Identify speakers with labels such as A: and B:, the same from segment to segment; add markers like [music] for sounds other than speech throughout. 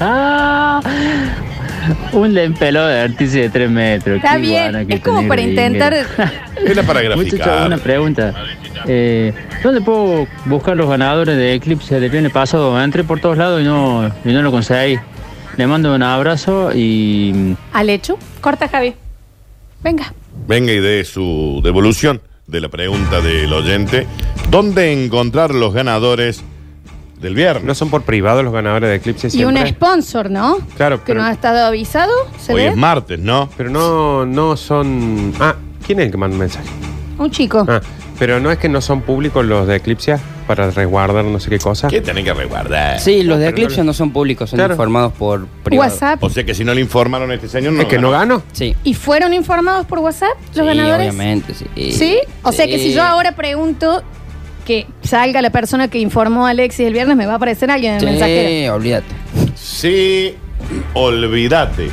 A: Ah, Un lempelo de artífice de 3 metros.
B: Está
A: qué guana
B: bien,
A: que
B: es como
A: tenés,
B: para
A: Gringo.
B: intentar.
C: Era
A: [laughs]
C: para
A: Muchacho, una
C: graficar.
A: pregunta. Eh, ¿Dónde puedo buscar los ganadores de Eclipse del viernes pasado? Entré por todos lados y no, y no lo conseguí. Le mando un abrazo y mm,
B: Al hecho, corta Javi. Venga.
C: Venga y de su devolución de la pregunta del oyente. ¿Dónde encontrar los ganadores del
D: No
C: viernes?
D: son por privados los ganadores de Eclipse
B: Y un
D: siempre.
B: sponsor, ¿no?
D: Claro,
B: Que
D: pero-
B: no ha estado avisado. ¿Se
C: Hoy
B: ve?
C: es martes, ¿no?
D: Pero no, no son. Ah, ¿quién es el que manda un mensaje?
B: Un chico.
D: Ah, pero no es que no son públicos los de Eclipse para resguardar no sé qué cosa.
C: ¿Qué tenés que resguardar?
E: Sí, los de
D: Pero no
E: Eclipse
D: lo-
E: no son públicos, son
D: Claro.
E: informados por privado.
B: WhatsApp.
C: O sea que si no le informaron a este señor, no.
D: ¿Es que no gano?
E: Sí.
B: ¿Y fueron informados por WhatsApp los
E: Sí,
B: ganadores?
E: Obviamente, sí.
B: ¿Sí? O sea que
E: Sí.
B: si yo ahora pregunto que salga la persona que informó a Alexis el viernes, me va a aparecer alguien en el mensajero.
E: Sí, olvídate.
C: Sí, olvídate.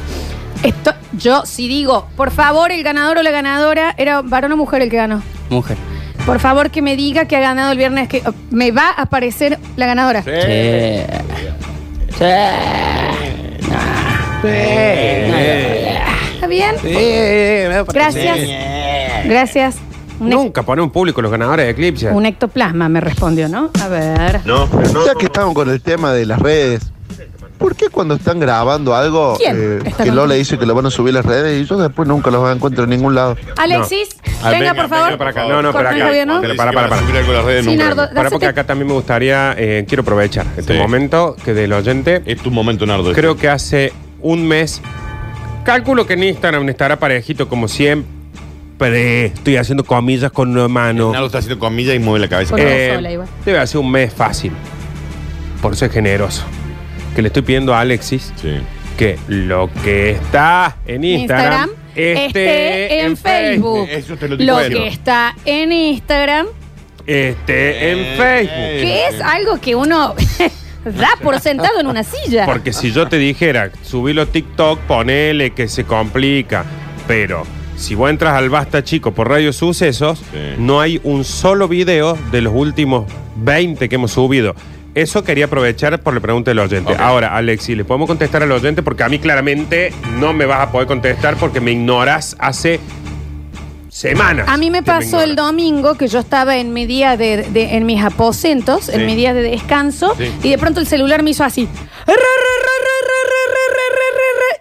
B: Esto, yo si digo, por favor, el ganador o la ganadora, era varón o mujer el que ganó.
E: Mujer.
B: Por favor, que me diga que ha ganado el viernes, que oh, me va a aparecer la ganadora.
C: Sí.
E: Sí. Sí.
B: ¿Está bien? Gracias. Gracias. Un, ex-
D: Nunca ponen público los ganadores de Eclipse.
B: un ectoplasma me respondió, ¿no? A ver.
C: No, pero no.
F: Ya que estamos con el tema de las redes, ¿por qué cuando están grabando algo
B: ¿Quién
F: eh,
B: está
F: que
B: con-
F: Lola dice que lo van a subir a las redes y yo después nunca los encuentro en ningún lado?
B: Alexis,
C: Ah,
B: venga, por favor.
D: venga para acá. No,
B: Corta
D: no, para
B: el
D: acá.
B: audio, ¿no?
D: Pero para, para, para.
C: Subir algo a las redes,
B: Sí,
C: nunca.
B: Nardo.
D: Para porque
B: Dásete-
D: acá también me gustaría, eh, quiero aprovechar este
C: Sí.
D: momento que del oyente,
C: Es tu momento, Nardo.
D: creo que hace un mes, calculo que en Instagram estará parejito como siempre, estoy haciendo comillas con una mano.
C: Nardo está haciendo comillas y mueve la cabeza.
B: Por Porque- dos
D: Eh,
B: sola igual.
D: debe hacer un mes fácil, por ser generoso, que le estoy pidiendo a Alexis
C: Sí.
D: que lo que está en Instagram,
B: Instagram, esté en Facebook.
C: Eso te lo digo.
B: Lo
C: bueno.
B: que está en Instagram,
D: Esté en
C: Eh,
D: Facebook.
B: que es algo que uno [laughs] da por sentado en una [laughs] silla.
D: Porque si yo te dijera, subilo a TikTok, ponele que se complica. Pero si vos entras al Basta Chico por Radio Sucesos,
C: Sí.
D: no hay un solo video de los últimos 20 que hemos subido. Eso quería aprovechar por la pregunta del oyente.
C: Ok.
D: Ahora, Alexi, ¿le podemos contestar al oyente? Porque a mí claramente no me vas a poder contestar porque me ignoras hace semanas.
B: A mí me
D: que
B: pasó el
D: ignoras.
B: domingo que yo estaba en mi día de, de- en mis aposentos,
C: Sí.
B: en mi día de descanso,
C: Sí.
B: y de pronto el celular me hizo así.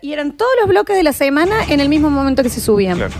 B: Y eran todos los bloques de la semana en el mismo momento que se subían.
D: Claro.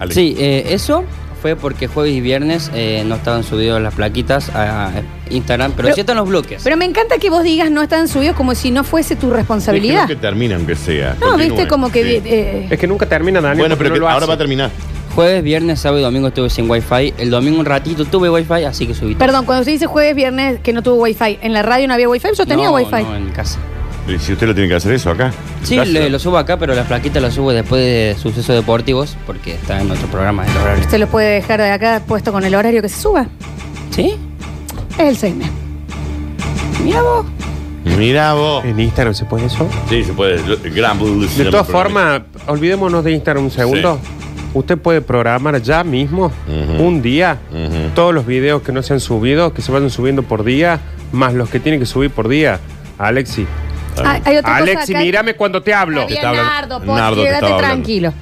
C: Alex.
E: Sí, eh, eso fue porque jueves y viernes eh, no estaban subidos las plaquitas a Instagram, pero,
B: Pero-
E: sí están los bloques.
B: Pero me encanta que vos digas no están subidos como si no fuese tu
C: Déjelo
B: responsabilidad.
C: que termine, aunque sea.
B: No,
C: Continúe.
B: viste como que...
C: Sí.
B: eh,
D: Es que nunca termina, Daniel.
C: Bueno, pero
D: porque no
C: que
D: lo
C: ahora
D: hace.
C: va a terminar.
E: Jueves, viernes, sábado y domingo estuve sin wifi. El domingo un ratito tuve wifi, así que subí. todo.
B: Perdón, cuando usted dice jueves, viernes que no tuvo wifi, en la radio no había wifi, yo tenía
E: No,
B: wifi.
E: No, en casa.
C: Y Si usted lo tiene que hacer eso acá.
E: Sí,
C: Gracias.
E: le- lo subo acá, pero las plaquitas las subo después de sucesos deportivos porque está en otro programa de horario.
B: ¿Usted lo puede dejar de acá puesto con el horario que se suba?
E: ¿Sí?
B: Es el 6 Mira vos.
C: Mira vos.
D: ¿En Instagram se puede eso?
C: Sí, se puede. Lo- Gran
D: De todas formas, olvidémonos de Instagram un segundo. Usted puede programar ya mismo,
C: Ujú.
D: un día,
C: Ujú.
D: todos los videos que no se han subido, que se vayan subiendo por día, más los que tienen que subir por día. Alexi.
B: Ah, hay otra cosa
D: Alexi,
B: acá.
D: mírame cuando te hablo.
B: Está bien,
C: Te está hablando-
B: Nardo, por
C: Nardo te
B: quédate
C: estaba hablando.
B: tranquilo.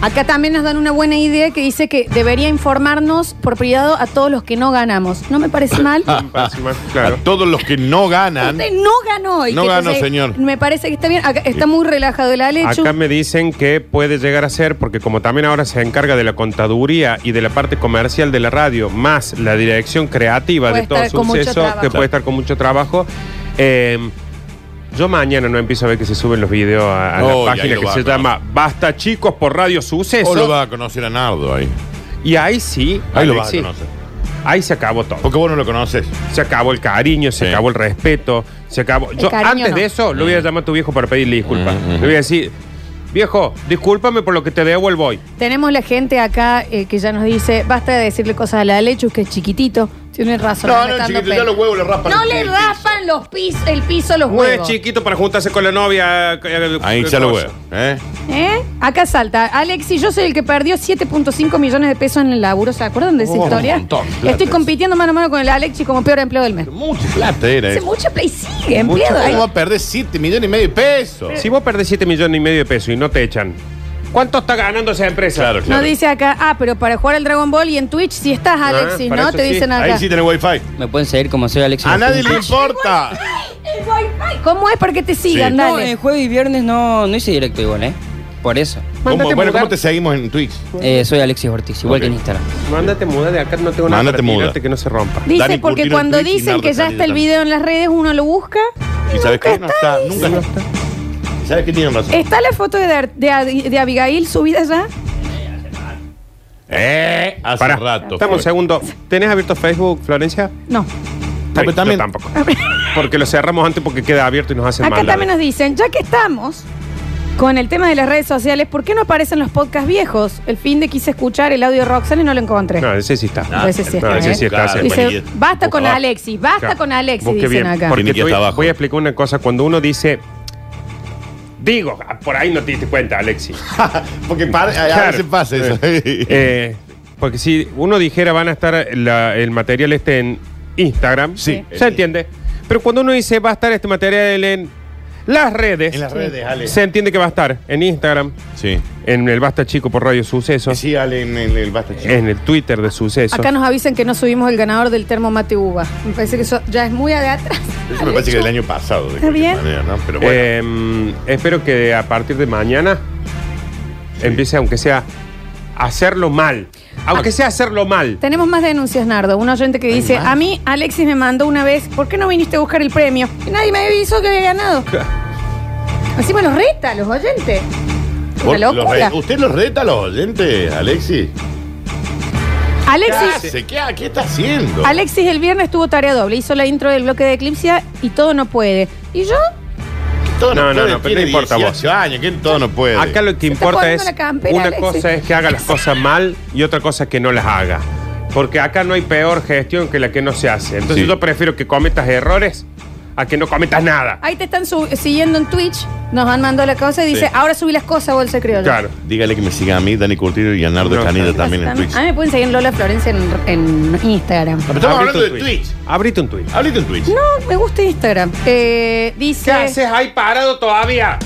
B: Acá también nos dan una buena idea que dice que debería informarnos por privado a todos los que no ganamos. No me
C: [coughs]
B: parece mal.
C: Ah,
D: Parece más
C: Claro.
D: claro.
C: A todos los que no ganan.
B: Usted no ganó. y
C: No
B: que
C: ganó,
B: entonces,
C: señor.
B: Me parece que está bien. Acá- está muy relajado el Alechu.
D: Acá me dicen que puede llegar a ser, porque como también ahora se encarga de la contaduría y de la parte comercial de la radio, más la dirección creativa
B: Puede
D: de todo
B: estar con mucho
D: suceso,
B: trabajo.
D: que puede estar con mucho trabajo. eh, yo mañana no empiezo a ver que se suben los videos a, a
C: Oh, y
D: la
C: ahí
D: página
C: lo
D: que
C: va a
D: se
C: conocer.
D: llama Basta Chicos por Radio
C: O lo va
D: Suceso.
C: a conocer a Nardo ahí.
D: Y ahí sí,
C: Ahí lo va a
D: Alexis,
C: conocer.
D: ahí se acabó todo.
C: Porque vos no lo conoces.
D: Se acabó el cariño,
C: Sí.
D: se acabó el respeto, se acabó. Yo
B: cariño
D: antes
B: no.
D: de eso lo voy a llamar a tu viejo para pedirle disculpas.
C: Mm, mm.
D: Le voy a decir, viejo, discúlpame por lo que te debo el boy.
B: Tenemos la gente acá eh, que ya nos dice, basta de decirle cosas a la Alechu, que es chiquitito. Tienes razón.
C: No, no,
B: estando
C: chiquito,
B: pe-
C: ya los huevos le raspan.
B: No
C: el-
B: le
C: el
B: raspan los pis, el piso a los
D: No es
B: huevos.
D: chiquito para juntarse con la novia. eh, eh,
C: Ahí
D: eh,
C: ya los
D: cosa.
C: huevos. ¿eh?
B: ¿Eh? Acá salta. Alexi, yo soy el que perdió 7.5 millones de pesos en el laburo. ¿Se acuerdan de esa
C: Oh, un
B: historia?
C: montón, plata.
B: Estoy compitiendo mano a mano con el Alexi como peor empleado del mes.
C: Mucha plata era
B: Hace
C: eso.
B: mucha play sigue
C: Mucho-
B: empleado.
C: ¿Cómo va
B: ahí.
C: a perder 7 millones y medio de pesos?
D: Si vos perdés 7 millones y medio de pesos y no te echan, ¿cuánto está ganando esa empresa?
C: Claro, claro.
B: No dice acá, ah, pero para jugar al Dragon Ball y en Twitch, si estás Alexis,
D: para
B: ¿no?
D: eso
B: Te
D: sí.
B: dicen acá.
C: Ahí sí tenés wifi.
E: Me pueden seguir como soy Alexis.
C: A nadie le
E: Martínez.
C: importa.
B: El wifi. ¿Cómo es para que te sigan?
C: Sí.
E: No,
B: Dale.
E: eh, jueves y viernes no, no hice directo igual, ¿eh? Por eso.
C: ¿Cómo,
D: Mándate
C: bueno,
D: mudar.
C: ¿cómo te seguimos en Twitch?
E: Eh, soy Alexis Ortiz, igual
C: Ok.
E: que en Instagram.
D: Mándate muda de acá, no tengo nada
C: Mándate
D: para
C: muda.
D: tirarte que no se rompa.
B: Dice
C: Dani
B: porque
C: Curtino en
B: cuando
C: Twitch y
B: dicen
C: Nardo
B: que ya
C: Salida
B: está el
C: también.
B: video en las redes, uno lo busca.
C: ¿Y sabes qué? No está, nunca
D: No
C: está. ¿Y sabes qué tienen razón?
B: ¿Está la foto de, Ar- de Ad- de Abigail subida ya?
C: Eh, hace
D: Pará.
C: rato.
D: Estamos
C: fue.
D: un segundo. ¿Tenés abierto Facebook, Florencia?
B: No.
C: pero
D: yo
C: también-
D: tampoco. Porque lo cerramos antes porque queda abierto y nos hace
B: Acá
D: mal.
B: también nos dicen, ya que estamos con el tema de las redes sociales, ¿por qué no aparecen los podcasts viejos? El fin de quise escuchar el audio de Roxanne y no lo encontré.
D: No, ese sí está.
B: No, ese sí
D: No,
B: está,
D: ese
B: ¿eh?
D: sí está.
C: Claro,
D: sí.
C: bueno,
B: Dice,
C: y-
B: basta con
C: Busca-
B: Alexis, basta con Alexis,
D: Busqué
B: dicen
D: bien,
B: acá.
D: Porque
C: Tiene que
D: te voy,
C: estar abajo.
D: voy a explicar una cosa. Cuando uno dice. Digo, ah, por ahí no te diste cuenta,
C: [laughs]
D: Alexis.
C: [laughs] Porque para, a- a
D: Claro.
C: veces pasa eso.
D: Eh, porque si uno dijera van a estar la- el material este en Instagram,
C: Sí.
D: se entiende. Pero cuando uno dice va a estar este material en las redes,
C: en las redes, Ale.
D: se entiende que va a estar en Instagram,
C: [laughs] Sí.
D: en el Basta Chico por Radio Sucesos,
C: Sí, Ale, en el, el basta. chico.
D: en el Twitter de Sucesos.
B: Acá nos avisan que no subimos el ganador del termo mate uva. Me parece que eso ya es muy de atrás.
C: Eso me parece que es del año pasado. De
B: Está
C: cualquier
B: bien.
C: manera, ¿no? Pero bueno.
D: Eh, espero que a partir de mañana empiece, aunque sea, a hacerlo mal. Aunque sea hacerlo mal.
B: Tenemos más denuncias, Nardo. Un oyente que dice, a mí Alexis me mandó una vez, ¿por qué no viniste a buscar el premio? Y nadie me avisó que había ganado. Encima los reta, a los oyentes.
C: Vos
B: Una
C: los
B: locura.
C: re- ¿Usted los reta a los oyentes, Alexis? ¿Qué
B: Alexis,
C: hace? ¿Qué, qué está haciendo?
B: Alexis el viernes tuvo tarea doble, hizo la intro del bloque de Eclipse y todo no puede. ¿Y yo?
C: Todo
D: No, no,
C: puede,
D: no, pero
C: tiene
D: no importa
C: 18 años, que todo no puede.
D: Acá lo que
B: Se está
D: importa
B: poniendo
D: es
B: la campera,
D: una
B: Alexis.
D: cosa es que haga las cosas mal y otra cosa es que no las haga. Porque acá no hay peor gestión que la que no se hace. Entonces
C: Sí.
D: yo prefiero que cometas errores a que no cometas nada.
B: Ahí te están su- siguiendo en Twitch, nos han mandado la cosa y dice,
C: Sí.
B: ahora subí las cosas, bolsa criollo.
D: Claro.
C: Dígale que me siga a mí, Dani Curtino y a Nardo
D: No,
C: Canilla
D: gracias.
C: también en Twitch.
B: A mí me pueden seguir en Lola Florencia en, en Instagram.
C: No, pero estamos
D: Abrite
C: hablando
D: un
C: de Twitch.
D: Abrite un Twitch.
C: Hablite en Twitch.
B: Ah. No, me gusta Instagram. Eh,
D: ¿Qué
B: dice,
D: haces ahí parado todavía?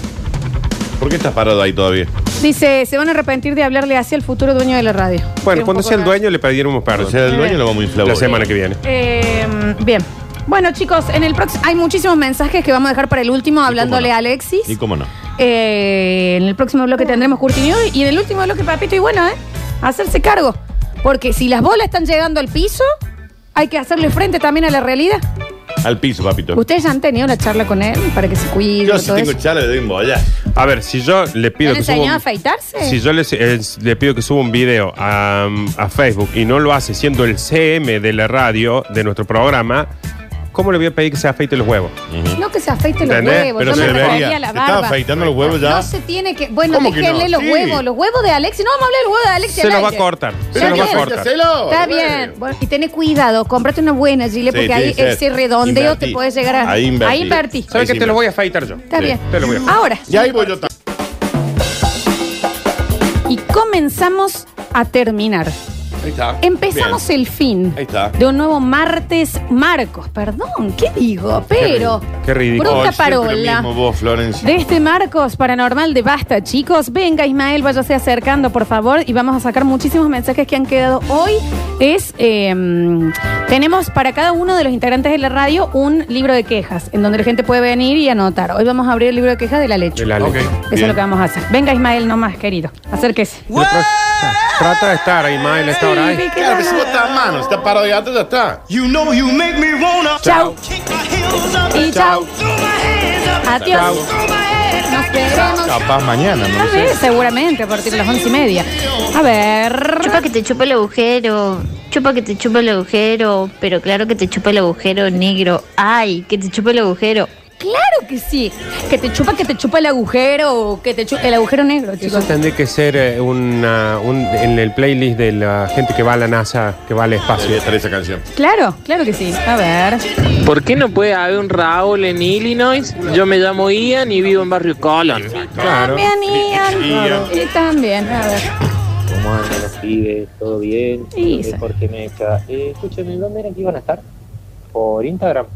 C: ¿Por qué estás parado ahí todavía?
B: dice, se van a arrepentir de hablarle hacia el futuro dueño de la radio. Estoy
D: Bueno,
B: un
D: cuando
B: poco
D: sea el
B: acá.
D: dueño le pediremos
C: Para
D: perdón.
C: ser el
B: Muy
C: dueño
B: bien.
C: lo vamos a inflar.
D: la
C: vos.
D: semana que viene.
B: Eh, bien. Bueno, chicos, en el próximo hay muchísimos mensajes que vamos a dejar para el último, hablándole
C: no.
B: a Alexis.
C: ¿Y cómo no?
B: Eh, en el próximo bloque tendremos Curtinio y en el último bloque, papito, y bueno, ¿eh? Hacerse cargo. Porque si las bolas están llegando al piso, hay que hacerle frente también a la realidad.
C: Al piso, papito.
B: Ustedes ya han tenido una charla con él para que se cuide.
C: Yo si
B: todo
C: tengo
B: eso?
C: charla le doy un bolla.
D: A ver, si yo le
B: ¿Le
D: pido
B: han
D: que suba
B: enseñado a
D: un-
B: afeitarse?
D: Si yo les, eh, le pido que suba un video a, mm, a Facebook y no lo hace siendo el CM de la radio, de nuestro programa, ¿cómo le voy a pedir que se afeite los huevos?
B: No que se afeite los
D: ¿Entendés?
B: huevos.
D: Pero
B: yo me
D: se
B: refería
C: vería.
B: a la
C: Se estaba
B: barba.
C: afeitando los huevos ya.
B: No se tiene que. Bueno,
C: ¿Cómo que
B: déjenle
C: no?
B: los
C: Sí.
B: huevos. Los huevos de Alexis. No vamos a hablar del huevo de Alexis.
D: Se
B: al
D: los va a
B: aire.
D: cortar. Se
B: Pero
D: los va a
B: bien.
D: cortar.
B: Está bien. Bueno, y tenés cuidado. Cómprate una buena, Gile, porque
C: Sí,
B: ahí
C: tiene que
B: ese
C: ser.
B: redondeo te
C: Invertí.
B: puede llegar a.
C: Ahí invertí.
B: Ahí invertí.
C: Sí.
D: ¿Sabes que te los voy a afeitar yo?
B: Está
C: Sí.
B: bien. Ah,
D: Te lo voy a-
B: Ahora.
C: Y ahí voy yo también.
B: Y comenzamos a terminar.
C: Ahí está.
B: Empezamos
C: Bien.
B: el fin
C: Ahí está.
B: de un nuevo martes Marcos, perdón, ¿qué digo? Pero
D: ri- qué ridículo.
B: bruta
C: Hoy siempre lo
B: parola
C: mismo vos, Florencia.
B: de este Marcos paranormal de basta, chicos. Venga, Ismael, váyase acercando, por favor, y vamos a sacar muchísimos mensajes que han quedado hoy. Es eh, tenemos para cada uno de los integrantes de la radio un libro de quejas, en donde la gente puede venir y anotar. Hoy vamos a abrir el libro de quejas de la leche.
D: De la leche.
C: Ok.
B: Eso es
C: Bien.
B: lo que vamos a hacer. Venga, Ismael, nomás, querido. Acérquese.
D: Pero tra- Trata de estar ahí, más en esta hora. ahí.
B: Sí,
C: Claro, que si vos estás a mano, si estás parado ahí atrás, ya está.
G: You know you make me wanna
B: Chau.
G: kick my heels up,
B: Y chau.
G: throw my hands up,
B: Adiós.
D: Chau.
G: throw my head
B: Nos
G: back.
B: veremos.
C: Capaz mañana, no
B: A
C: lo sé.
B: ver, seguramente a partir de las once y media. A ver.
H: Chupa que te chupa el agujero, chupa que te chupa el agujero, pero claro que te chupa el agujero negro. Ay, que te chupa el agujero.
B: Claro que sí. Que te chupa, que te chupa el agujero o que te chupa el agujero negro,
D: Eso
B: chicos.
D: tendría que ser eh, una, un- en el playlist de la gente que va a la NASA, que va al
C: Ahí
D: espacio.
C: está esa canción.
B: Claro, claro que sí. A ver.
I: ¿Por qué no puede haber un Raúl en Illinois? Yo me llamo Ian y vivo en Barrio Colón.
D: Claro.
B: También, Ian.
C: Ian.
B: Y también, a ver.
I: ¿Cómo andan los pibes? ¿Todo bien?
B: Sí, sí.
I: es Jorge Meca. Eh, escúchame, ¿dónde eran que iban a estar? Por Instagram.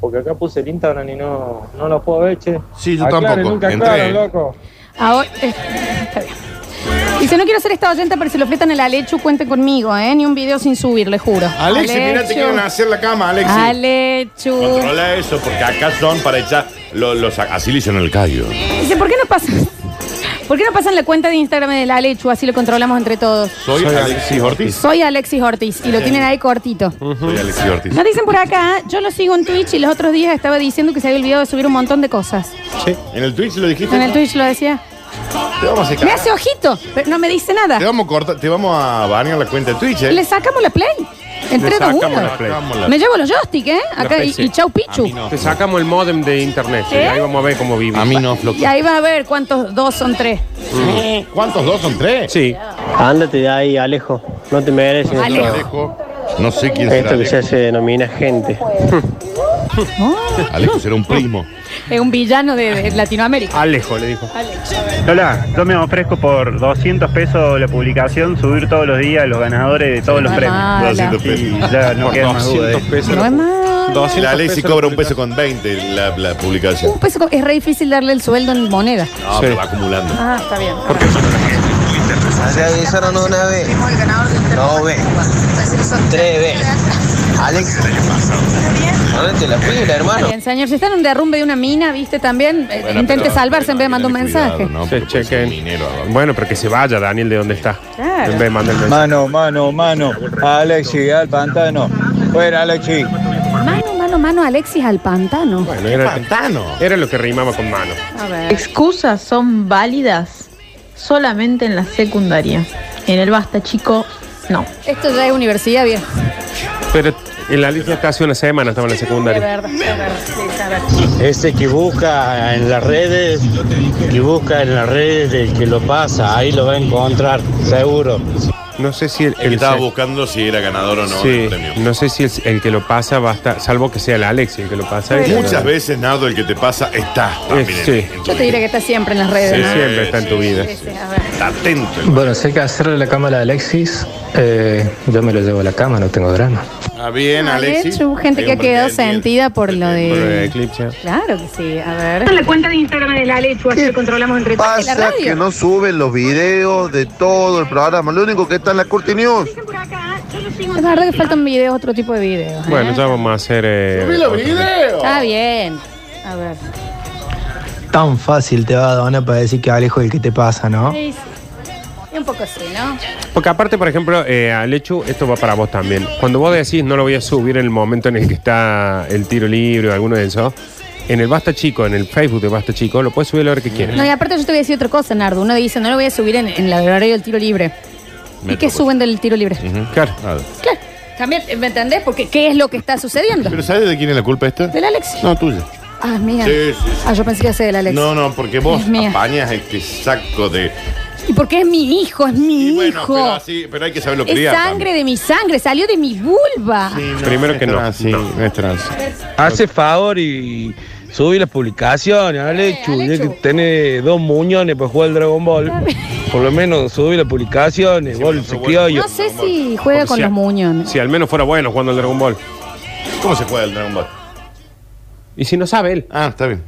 I: Porque acá puse el Instagram y no, no lo puedo ver, che.
C: Sí, yo
I: Aclaren,
C: tampoco.
I: Nunca
C: Entré.
I: aclaran, loco.
B: Ahora, eh, está bien. Dice, no quiero ser esta oyenta, pero si lo fletan el Alechu, cuenten conmigo, ¿eh? Ni un video sin subir, le juro.
C: Alexi, mirá, te quieren hacer la cama, Alexi.
B: Alechu.
C: Controla eso, porque acá son para echar. Los, los- así le hicieron el callo.
B: Dice, ¿por qué no pasan? [laughs] ¿Por qué no pasan la cuenta de Instagram del Alechu? Así lo controlamos entre todos.
C: Soy, Alexis Ortiz.
B: Soy Alexis Ortiz y lo tienen ahí cortito.
C: Soy Alexis Ortiz.
B: Nos dicen por acá, yo lo sigo en Twitch y los otros días estaba diciendo que se había olvidado de subir un montón de cosas.
C: Sí. En el Twitch lo dijiste.
B: En el Twitch lo decía.
C: Te vamos a
B: Me
C: cagar.
B: hace ojito, pero no me dice [laughs]
C: Te
B: nada.
C: vamos a cortar, te vamos a banear la cuenta de Twitch, ¿eh?
B: Le sacamos la play. En
D: Le
B: 3, 2,
D: sacamos
B: 1.
D: la play.
C: Sacamos la-
B: Me llevo los joystick, ¿eh? Acá y,
D: PC.
B: y chau
C: A
B: Pichu.
C: mí no.
D: Te sacamos el modem de internet.
B: ¿Qué?
D: y ahí vamos a ver cómo vivimos.
C: A mí no, Floco.
B: Y ahí va a ver cuántos dos son tres.
C: Mm. ¿Cuántos dos son tres?
D: Sí.
I: Ándate de ahí, Alejo. No te mereces.
B: Alejo.
C: Yo la dejo. No sé quién será.
I: Esto que se
C: Alejo.
I: hace denomina gente.
C: Alejo será un primo.
B: Es un villano de, de Latinoamérica.
D: Alejo le dijo.
J: Hola, yo me ofrezco por 200 pesos la publicación, subir todos los días los ganadores de todos los
B: no es
J: premios.
B: mala.
C: Doscientos
J: Y
C: pesos.
J: ya no
D: Por
J: queda más duda.
D: 200
J: ¿eh?
D: pesos.
B: No es mala.
D: 200
C: La Alexi
D: pesos
C: cobra un
D: por
C: peso con 20 la, la publicación.
B: Un peso co- es re difícil darle el sueldo en moneda.
C: No, pero va acumulando.
B: Ah, está bien.
F: Se avisaron una vez, dos veces, tres veces. Alex, ponete la pila, hermano.
B: Está bien, señor. Si está en un derrumbe de una mina, viste, también eh,
C: Bueno,
B: intente
C: pero-
B: salvarse en vez de
C: pero
B: mandar un
C: tenés
B: mensaje.
C: cuidado, ¿no?
D: Sí,
C: Porque puede ser
D: chequen.
C: minero abajo.
D: Bueno, pero que se vaya Daniel de donde está.
B: Claro.
D: En vez de mandar el mensaje.
J: Mano, mano, mano. Alexi, al pantano. Fuera, Alexi.
B: Mano, mano, mano, Alexis al pantano.
D: Bueno, era,
C: Pantano.
D: era lo que rimaba con mano.
B: A ver.
K: Excusas son válidas solamente en la secundaria. En el basta, chico, no.
B: Esto ya es universidad, bien.
D: Pero en la lista está hace una semana, estaba en la
B: De
D: secundaria.
B: verdad, de verdad. Sí, a ver.
I: Ese Este que busca en las redes, que busca en las redes del que lo pasa, ahí lo va a encontrar, seguro.
D: No sé si el,
C: El que
D: el
C: estaba
D: se-
C: buscando si era ganador o no
D: sí,
C: del premio.
D: no sé si el, el que lo pasa va a estar, salvo que sea el Alex el que lo pasa.
C: Muchas veces, Nardo, el que te pasa está
B: Eh,
C: también en-
D: sí.
C: en tu
B: Yo te diré que está siempre en las redes,
C: Sí,
B: ¿no?
D: siempre está en tu
C: sí,
D: vida.
B: Sí, sí, a ver.
C: Está atento.
I: Bueno, sé que hacerle la cámara a Alexis, yo me lo llevo a la cama, no tengo drama.
C: Está bien,
B: Ah, de
C: Alexi.
B: hecho, hubo gente
C: Hay
B: que ha
C: un
B: quedado
C: pretendiente.
B: sentida por lo de-
D: Por el eclipse.
B: Claro que sí, a ver.
K: La cuenta de Instagram de la Alechu,
F: así lo
K: controlamos entre
B: la
F: Pasa
B: radio.
F: que no suben los videos de todo el programa. Lo único que está en la Curti News.
B: Es verdad que faltan videos, otro tipo de videos. ¿eh?
D: Bueno, ya vamos a hacer. eh,
C: ¡Subí los
D: otro.
C: videos!
B: Está bien. A ver.
I: Tan fácil te va a donar para decir que Alejo es el que te pasa, ¿no?
B: Sí, sí. Y Un poco así, ¿no?
D: Porque aparte, por ejemplo, eh, Alechu, esto va para vos también. Cuando vos decís no lo voy a subir en el momento en el que está el tiro libre o alguno de esos, en el Basta Chico, en el Facebook de Basta Chico, lo puedes subir a la hora que quieras.
B: No, y aparte yo te voy a decir otra cosa, Nardo. Uno dice, no lo voy a subir en, en el horario del tiro libre. ¿Y
C: Metro,
B: qué
C: pues.
B: suben del tiro libre?
C: Ujú.
D: Claro.
C: Nada.
B: Claro. También, eh, ¿me entendés? Porque ¿qué es lo que está sucediendo?
C: [laughs] ¿Pero sabes de quién es la culpa esta?
B: Del Alex.
C: No, tuya.
B: Ah, mira.
C: Sí, sí, sí.
B: Ah, yo pensé que era del Alex.
C: No, no, porque vos
B: Es mía.
C: apañas este saco de.
B: Y porque es mi hijo, es mi
C: Y bueno,
B: hijo.
C: pero, así, pero hay que saberlo
B: es
C: criar.
B: sangre de mi sangre, salió de mi vulva.
D: Primero que no.
C: Sí, no es trans.
I: Hace favor y subí las publicaciones,
B: Eh,
I: Alechu,
B: Alechu.
I: ya que tenés dos muñones para jugar al Dragon Ball. Por lo menos subí las publicaciones,
C: Sí,
I: gol,
C: pero
I: se
C: fue
I: criollo.
B: No sé si juega
D: Porque
B: con
D: si
B: los
D: a-
B: muñones.
D: Si al menos fuera bueno jugando al Dragon Ball.
C: ¿Cómo se juega el Dragon Ball?
D: Y si no sabe él.
C: Ah, está bien.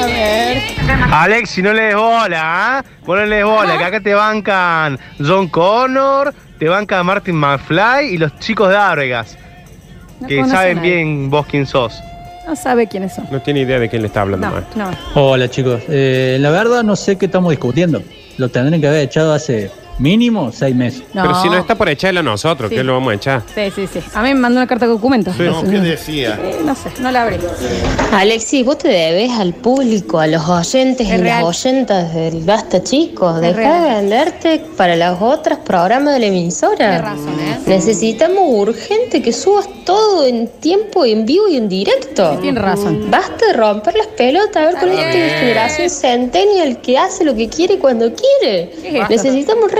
B: A ver.
I: Alex, si no le des bola, ¿ah? Vos no le des bola, que acá te bancan John Connor, te banca Martin McFly y los chicos de Ábregas,
B: No
I: que
B: conoce a
I: saben
B: nadie.
I: bien vos quién sos.
B: No sabe quiénes son.
D: No tiene idea de quién le está hablando.
B: No,
D: maestro.
B: no.
I: Hola chicos, la verdad no sé qué estamos discutiendo. Lo tendrían que haber echado hace
L: Mínimo seis meses.
B: No.
D: Pero si no está por echarla a nosotros,
B: Sí.
D: ¿qué lo vamos a echar?
B: Sí, sí, sí. A mí me mandó una carta de documento.
D: No, ¿qué
C: decía?
B: No sé, no la abrí.
M: Alexis, vos te debes al público, a los oyentes y las oyentas del Basta Chicos. Deja de venderte para los otros programas de la emisora. Necesitamos urgente que subas todo en tiempo, en vivo y en directo.
B: Tienes razón.
M: Basta de romper las pelotas, a ver con esta generación centennial que hace lo que quiere y cuando quiere.
D: esto?
M: Necesitamos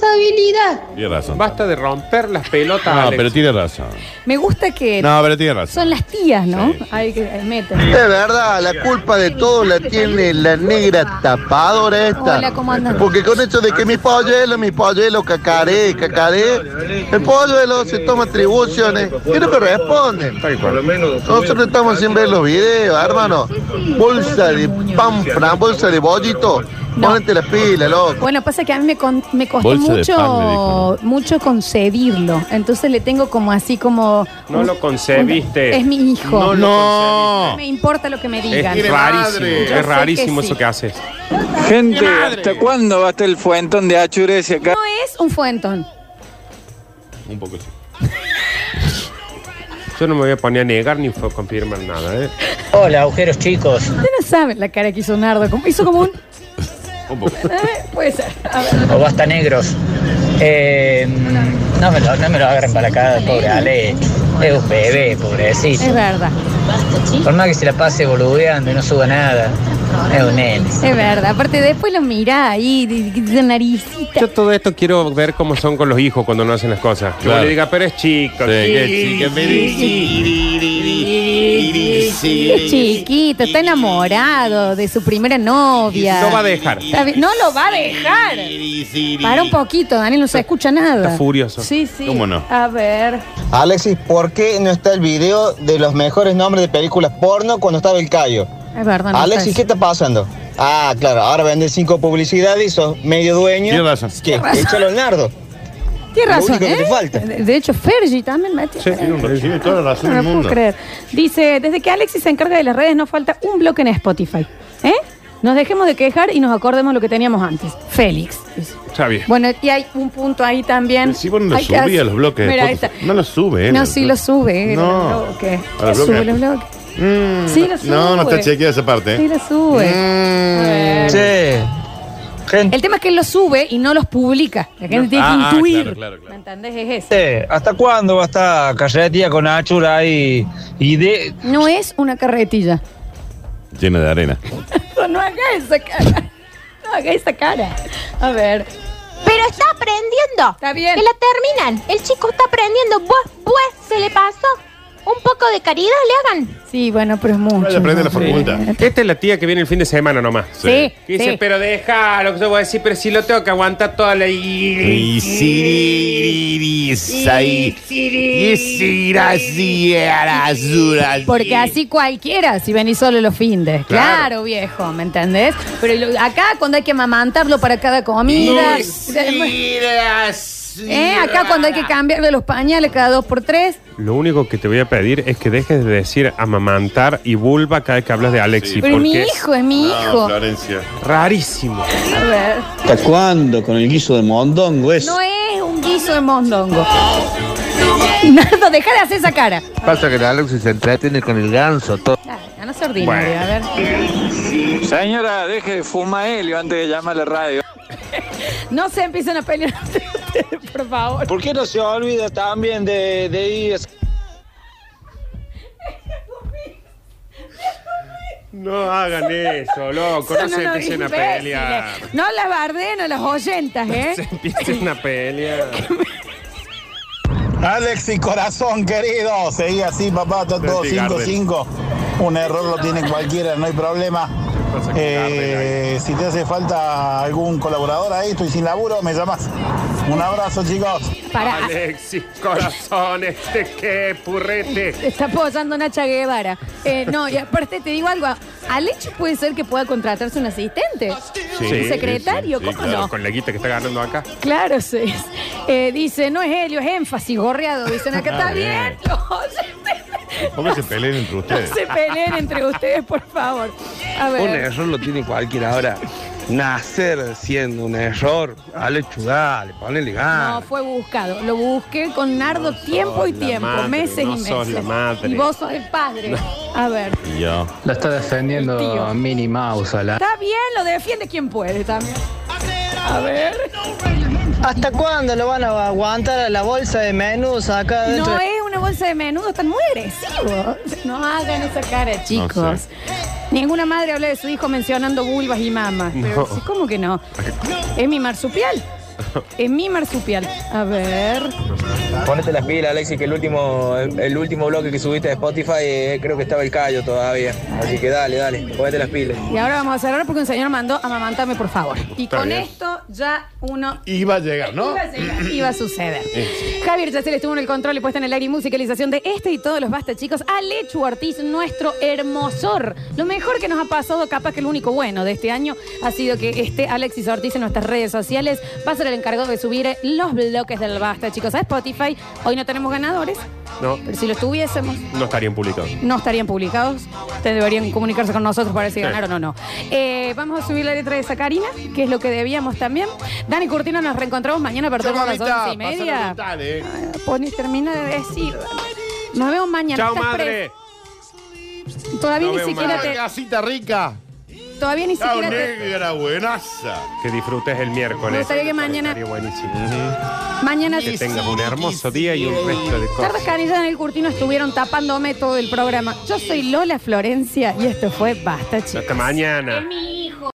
M: responsabilidad.
C: Tiene razón.
D: Basta de romper las pelotas.
C: No,
D: Alex.
C: pero tiene razón.
B: Me gusta que
C: No, pero tiene razón.
B: Eh, son las tías, ¿no? Hay que eh, meten.
F: De verdad, la culpa de todo la tiene la negra tapadora esta.
B: Hola, ¿cómo andan?
F: Porque con esto de que mi polluelo, mi polluelo, cacaré, cacaré, el polluelo se toma atribuciones y no corresponde. Nosotros estamos sin ver los videos, hermano. Bolsa de panfra, bolsa de bollito. Ponete la pila, loco.
B: Bueno, pasa que a mí me, con- me costó
F: Bolsa de
B: mucho,
F: pan, me dijo,
B: mucho concebirlo. Entonces le tengo como así como...
D: No lo concebiste.
B: Es mi hijo.
D: No,
B: No
D: no.
B: me importa lo que me digan.
D: Es rarísimo,
B: Yo sé
D: es rarísimo
B: que sí.
D: eso que haces.
N: Gente, ¿hasta cuándo va a estar el fuentón de Achures acá?
B: No es un fuentón.
C: Un poco sí.
D: Yo no me voy a poner a negar ni a confirmar nada, ¿eh?
O: Hola, agujeros chicos.
B: Ustedes no saben la cara que hizo Nardo. como- Hizo como un...
C: Un poco.
B: eh, Puede ser. A ver.
O: O basta negros. Eh, no, me lo, no me lo agarren para acá, pobre Ale. Es un bebé, pobrecito.
B: Es verdad.
O: Por más que se la pase boludeando y no suba nada. Es un nene.
B: Es verdad. Aparte después lo mira ahí, de, de- de naricita.
D: Yo todo esto quiero ver cómo son con los hijos cuando no hacen las cosas. Que vos
C: Claro.
D: le diga, pero es chico.
B: Chiquito, está enamorado de su primera novia.
D: No va a dejar.
B: Está bien, No lo va a dejar. Para un poquito, Daniel, no se escucha nada.
P: está furioso.
B: Sí, sí.
P: ¿Cómo no?
B: A ver.
P: Alexis, ¿por qué no está el video de los mejores nombres de películas porno cuando estaba el callo?
B: Es verdad, no
P: Alexis,
B: está
P: ¿qué está pasando? Ah, claro, ahora vende cinco publicidades y sos medio dueño.
C: Tienes razón.
P: ¿Qué?
B: Tienes razón.
P: Échalo al nardo.
B: eso. Tienes
P: Lo
B: razón,
P: único que
B: ¿eh?
P: te falta.
B: De, de hecho, Fergie también me
C: Sí, tiene un- tiene toda la razón
B: No
C: del
B: lo puedo
C: mundo.
B: creer. Dice, desde que Alexis se encarga de las redes no falta un bloque en Spotify. ¿Eh? Nos dejemos de quejar y nos acordemos lo que teníamos antes. Félix.
C: Está bien.
B: Bueno, y hay un punto ahí también.
C: Si vos no lo
B: Hay que
C: subí
B: hacer-
C: a los bloques. de
B: Mira, ahí
C: Spotify.
B: está.
C: No lo sube, ¿eh?
B: No, sí lo sube. eh,
C: No.
B: los bloques.
C: A los
B: Lo sube
C: bloques.
B: los bloques. sí lo sube.
C: Mm. No, no está chequeada esa parte.
B: Sí
C: ¿eh? Mm.
B: lo sube. A ver.
O: Eh,
B: El tema es que él los sube y no los publica. La gente tiene que
P: Ah, ah,
B: intuir.
P: claro, claro,
B: ¿Me entendés? Es eso.
O: Eh, ¿Hasta cuándo va a estar calladita con Achura y, y de.
B: No es una carretilla.
C: Llena de arena.
B: No, no haga esa cara. No haga esa cara. A ver.
Q: Pero está aprendiendo. Está bien. Que la terminan. El chico está aprendiendo. Buah, buah, se le pasó. Un poco de caridad le hagan.
B: Sí, bueno, pero es mucho.
D: Aprende
B: ¿no?
D: la facultad. Esta es la tía que viene el fin de semana nomás.
B: Sí. Sí,
D: Que dice,
B: sí.
D: pero déjalo. Yo voy a decir, pero si lo tengo que aguantar toda la.
C: Y ahí. Y si
B: Porque así cualquiera, si venís solo los findes. Claro,
C: Claro.
B: viejo, ¿me entendés? Pero lo- acá cuando hay que amamantarlo para cada comida. [laughs]
G: Y sí,
B: ¿eh? Acá cuando hay que cambiarle los pañales cada dos por tres.
D: Lo único que te voy a pedir es que dejes de decir amamantar y vulva cada vez que hablas de Alexis.
B: pero es mi
D: porque
B: hijo, es mi hijo.
C: Florencia.
D: Rarísimo.
B: A ver.
N: ¿Hasta cuándo? Con el guiso de mondongo es.
B: No es un guiso de mondongo. [laughs] Nardo, deja de hacer esa cara.
R: Pasa que la Alexis se entretiene con el ganso, todo.
B: Ya no se ordinario,
N: Bueno.
B: a ver.
N: Señora, deje de fumar helio antes de llamar a la radio.
B: [laughs] No se empiecen a pelear, [laughs] por favor.
P: ¿Por qué no se olvida también de, de ir?
D: No hagan eso, loco. No,
B: Son
D: se
B: unos
D: empiecen a
B: imbéciles.
D: pelear.
B: No las bardeen a las oyentas, ¿eh?
D: [laughs] Empiecen a
B: [laughs]
D: pelear.
S: Alex y corazón querido, seguí así papá, está todo
D: Betty
S: 5-5. Un error lo tiene cualquiera, no hay problema. Eh, si te hace falta algún colaborador ahí, estoy sin laburo, me llamas. Un abrazo chicos.
D: Alexis, corazón, este que purrete.
B: Te [laughs] está apoyando Nacha Guevara. Eh, no, y aparte te digo algo. Alecho puede ser que pueda contratarse un asistente. un secretario,
D: sí,
B: ¿cómo
D: claro,
B: no?
D: Con la guita que está ganando acá.
B: Claro, sí. Eh, dice, no es helio, es énfasis, gorreado. Dicen, acá
C: Ah,
B: está
C: bien.
B: bien. Los oyentes
C: ¿Cómo se peleen
B: [laughs]
C: entre
B: no
C: ustedes?
B: se peleen entre ustedes, por favor. A
R: Un
B: ver.
R: error lo tiene cualquiera ahora.
L: nacer siendo un error. Dale chudale, ponele
B: No,
O: Ah.
L: ganas.
B: fue buscado. Lo busqué con Nardo tiempo y
L: la
B: tiempo,
L: madre,
B: meses
L: no
B: y meses.
L: sos la madre.
B: Y vos sos el padre. A ver.
C: Yo.
O: Lo está defendiendo Minnie Mouse a la.
B: Está bien, lo defiende quien puede también. A ver.
T: ¿Hasta cuándo lo van a aguantar a la bolsa de menús acá dentro?
B: No es una bolsa de menudo, están muy agresivos. No hagan esa cara, chicos.
T: No sé.
B: Ninguna madre habla de su hijo mencionando vulvas y mamas. Pero
D: No.
B: sí, ¿cómo que no? Es mi marsupial. Es mi marsupial. A ver.
O: Ponete las pilas, Alexi, que el último, el, el último bloque que subiste de Spotify eh, creo que estaba el callo todavía. Así que dale, dale, ponete las pilas.
B: Y ahora vamos a cerrar porque un señor mandó amamantame, por favor. Y
O: Está
B: con
O: bien.
B: esto ya uno
C: Iba a llegar, ¿no?
B: Iba a, llegar, iba a suceder. Javier Yacel estuvo en el control y puesta en el aire y musicalización de este y todos los basta, chicos. Alechu Ortiz, nuestro hermosor. Lo mejor que nos ha pasado, capaz que el único bueno de este año, ha sido que esté Alexis Ortiz en nuestras redes sociales. Va a ser el encargado de subir eh, los bloques del basta, chicos, a Spotify. Hoy no tenemos ganadores,
D: No,
B: pero si los tuviésemos
D: no estarían publicados.
B: no estarían publicados. Ustedes deberían comunicarse con nosotros para ver si
D: Sí.
B: ganaron o no. Eh, vamos a subir la letra de Sacarina, que es lo que debíamos también. Dani Curtino, nos reencontramos mañana a partir de las once y media.
D: eh.
B: Pone, termina de decir. Dani. Nos vemos mañana.
G: Chao,
B: Estás
G: madre.
B: pres- Todavía
C: Nos
B: ni
C: vemos
B: siquiera
C: mañana.
B: te.
C: Casita rica.
B: Todavía ni
C: Chao,
B: siquiera te.
C: negra, buenaza.
D: Que disfrutes el miércoles.
B: Me gustaría que mañana-
D: Estaría buenísimo.
B: Mañana
D: Que tengas un hermoso día y un resto de
B: Sarda
D: cosas.
B: Canilla y Daniel Curtino estuvieron tapándome todo el programa. Yo soy Lola Florencia y esto fue Basta, chicos.
D: Hasta mañana.
B: Es mi